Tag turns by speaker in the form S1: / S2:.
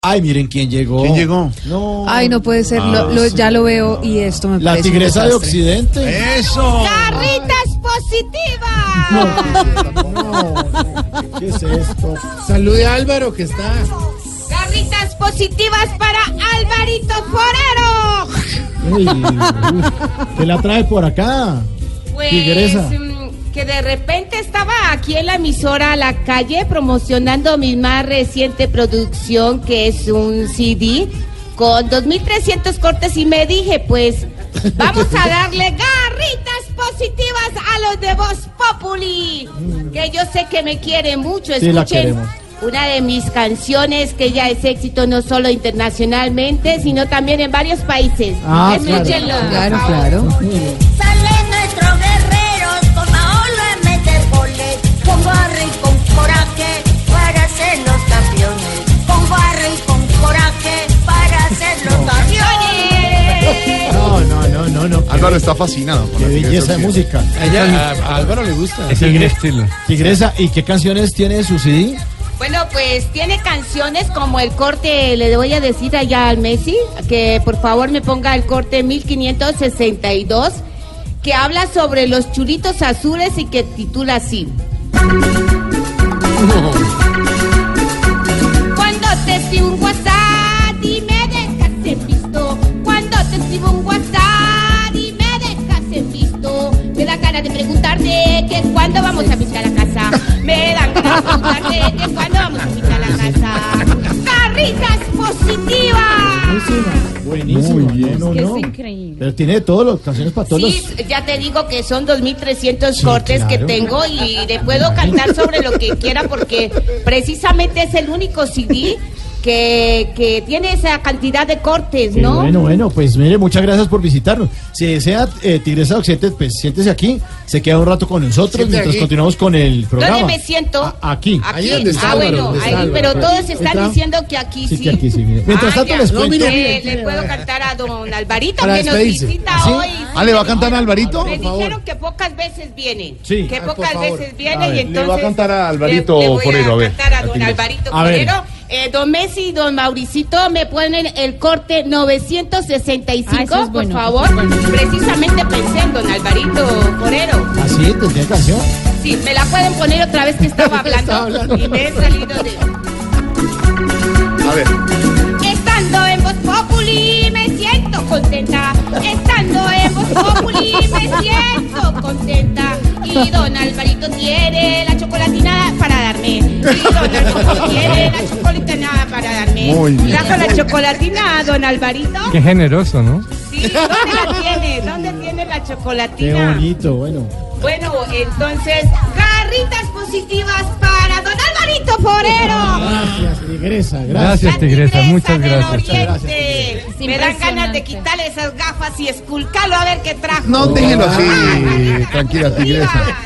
S1: Ay, miren quién llegó.
S2: ¿Quién llegó?
S1: No.
S3: Ay, no puede ser, lo- lo- ya lo veo y esto me
S1: La
S3: parece. un
S1: tigresa de
S3: desastre.
S1: Occidente.
S2: Eh, ¡Eso!
S4: ¡Carritas positivas!
S1: ¿Qué es esto?
S5: Salude a Álvaro que está.
S4: ¡Carritas positivas para Alvarito Forero!
S1: Ey, uf, ¿Qué la trae por acá?
S4: Pues,
S1: Tigresa.
S4: mm, que de repente estaba aquí en la emisora a la calle promocionando mi más reciente producción, que es un CD, con 2.300 cortes y me dije, pues, vamos a darle garritas positivas a los de Voz Populi, que yo sé que me quieren mucho.
S1: Sí, la
S4: Escuchen
S1: queremos.
S4: una de mis canciones que ya es éxito no solo internacionalmente, sino también en varios países.
S1: Ah, claro.
S4: Escúchenlo, por
S3: Claro,
S4: favor.
S3: claro.
S6: Salen nuestros guerreros con Paolo en meter goles, con barra y con coraje para ser los campeones, con barra y con coraje para ser los campeones.
S1: No, no, no, no, no. Qué,
S2: Álvaro está fascinado. con
S1: qué
S2: la tigresa
S1: belleza de
S2: occidental.
S1: música.
S5: A, ella- a- a Álvaro le gusta.
S1: Tigre- Tigresa, ¿y qué canciones tiene su CD?
S4: Bueno, pues tiene canciones como el corte, le voy a decir allá al Messi que por favor me ponga el corte 1562, que habla sobre los churitos azules y que titula así. Cuando te escribo un WhatsApp y me dejas en visto. Cuando te escribo un WhatsApp y me dejas en visto. Me da ganas de preguntarte que cuándo vamos a pintar la casa. Me da ganas de preguntarte que cuándo vamos a pintar la casa. ¡Carritas positivas!
S1: Buenísimo. Muy bien, no, no. Pero tiene todas las canciones para todos
S4: Sí, ya te digo que son 2.300
S1: Sí,
S4: cortes
S1: claro.
S4: que tengo y le puedo cantar sobre lo que quiera porque precisamente es el único CD que, que tiene esa cantidad de cortes,
S1: los. Eh,
S4: ¿no?
S1: Bueno, bueno, pues mire, muchas gracias por visitarnos. Si desea eh, Tigresa de Occidente, pues siéntese aquí. Se queda un rato con nosotros
S5: Siente
S1: mientras
S5: aquí.
S1: continuamos con el programa.
S4: ¿Dónde me siento?
S1: A- aquí.
S4: Aquí.
S5: Ahí donde está
S4: ah,
S5: Álvaro,
S4: bueno,
S5: donde está
S4: ahí,
S5: Álvaro.
S4: pero todos están
S5: Está-
S4: diciendo que aquí
S1: Sí,
S4: sí.
S1: que aquí sí, mire. Mientras tanto,
S4: ya.
S1: les cuento.
S5: mire,
S4: Eh,
S5: mire,
S4: le
S5: mire.
S4: puedo cantar a don Alvarito
S5: Para
S4: que nos
S5: despedirse.
S4: visita
S1: ¿Sí?
S4: hoy.
S2: Ah, ¿le va a cantar a Alvarito?
S4: Me
S2: Por favor.
S4: dijeron que pocas veces viene.
S1: Sí.
S4: Que
S1: Ah,
S5: por
S4: pocas
S5: favor.
S4: veces
S2: A
S4: viene
S2: ver,
S4: y
S2: le
S4: entonces. eh,
S2: va a cantar a Alvarito
S4: le- le voy
S2: Forero, a ver,
S4: cantar a
S2: a
S4: don
S2: Tigres.
S4: Alvarito
S1: A ver.
S4: Forero. Eh, don Messi y don Mauricito me ponen el corte 965,
S3: Ah, eso es bueno,
S4: por favor.
S3: eso es bueno.
S4: Precisamente pensé en don Alvarito Forero.
S1: Así, Ah, tendría canción.
S4: Sí, me la pueden poner otra vez que estaba hablando, y me he salido de...
S2: A ver.
S4: Estando en Voz Populi me siento contenta, estando en Voz Populi me siento contenta. Y don Alvarito tiene la chocolatina para darme, y don Alvarito tiene la chocolatina para darme.
S2: Muy bien.
S4: Trajo la chocolatina, don Alvarito.
S7: Qué generoso, ¿no?
S4: Sí, ¿dónde la tiene? ¿Dónde tiene la
S1: Qué
S4: chocolatina?
S1: bonito, bueno.
S4: Bueno, entonces, garritas positivas para don Alvarito Forero.
S1: Gracias, Tigresa, gracias.
S7: Gracias, Tigresa. Muchas
S4: del
S7: gracias.
S4: Oriente.
S1: Muchas
S4: Me dan ganas de quitarle esas gafas y esculcarlo a ver qué trajo. Ah.
S2: No, déjenlo así. Tranquila, tigresa.
S4: Vivas.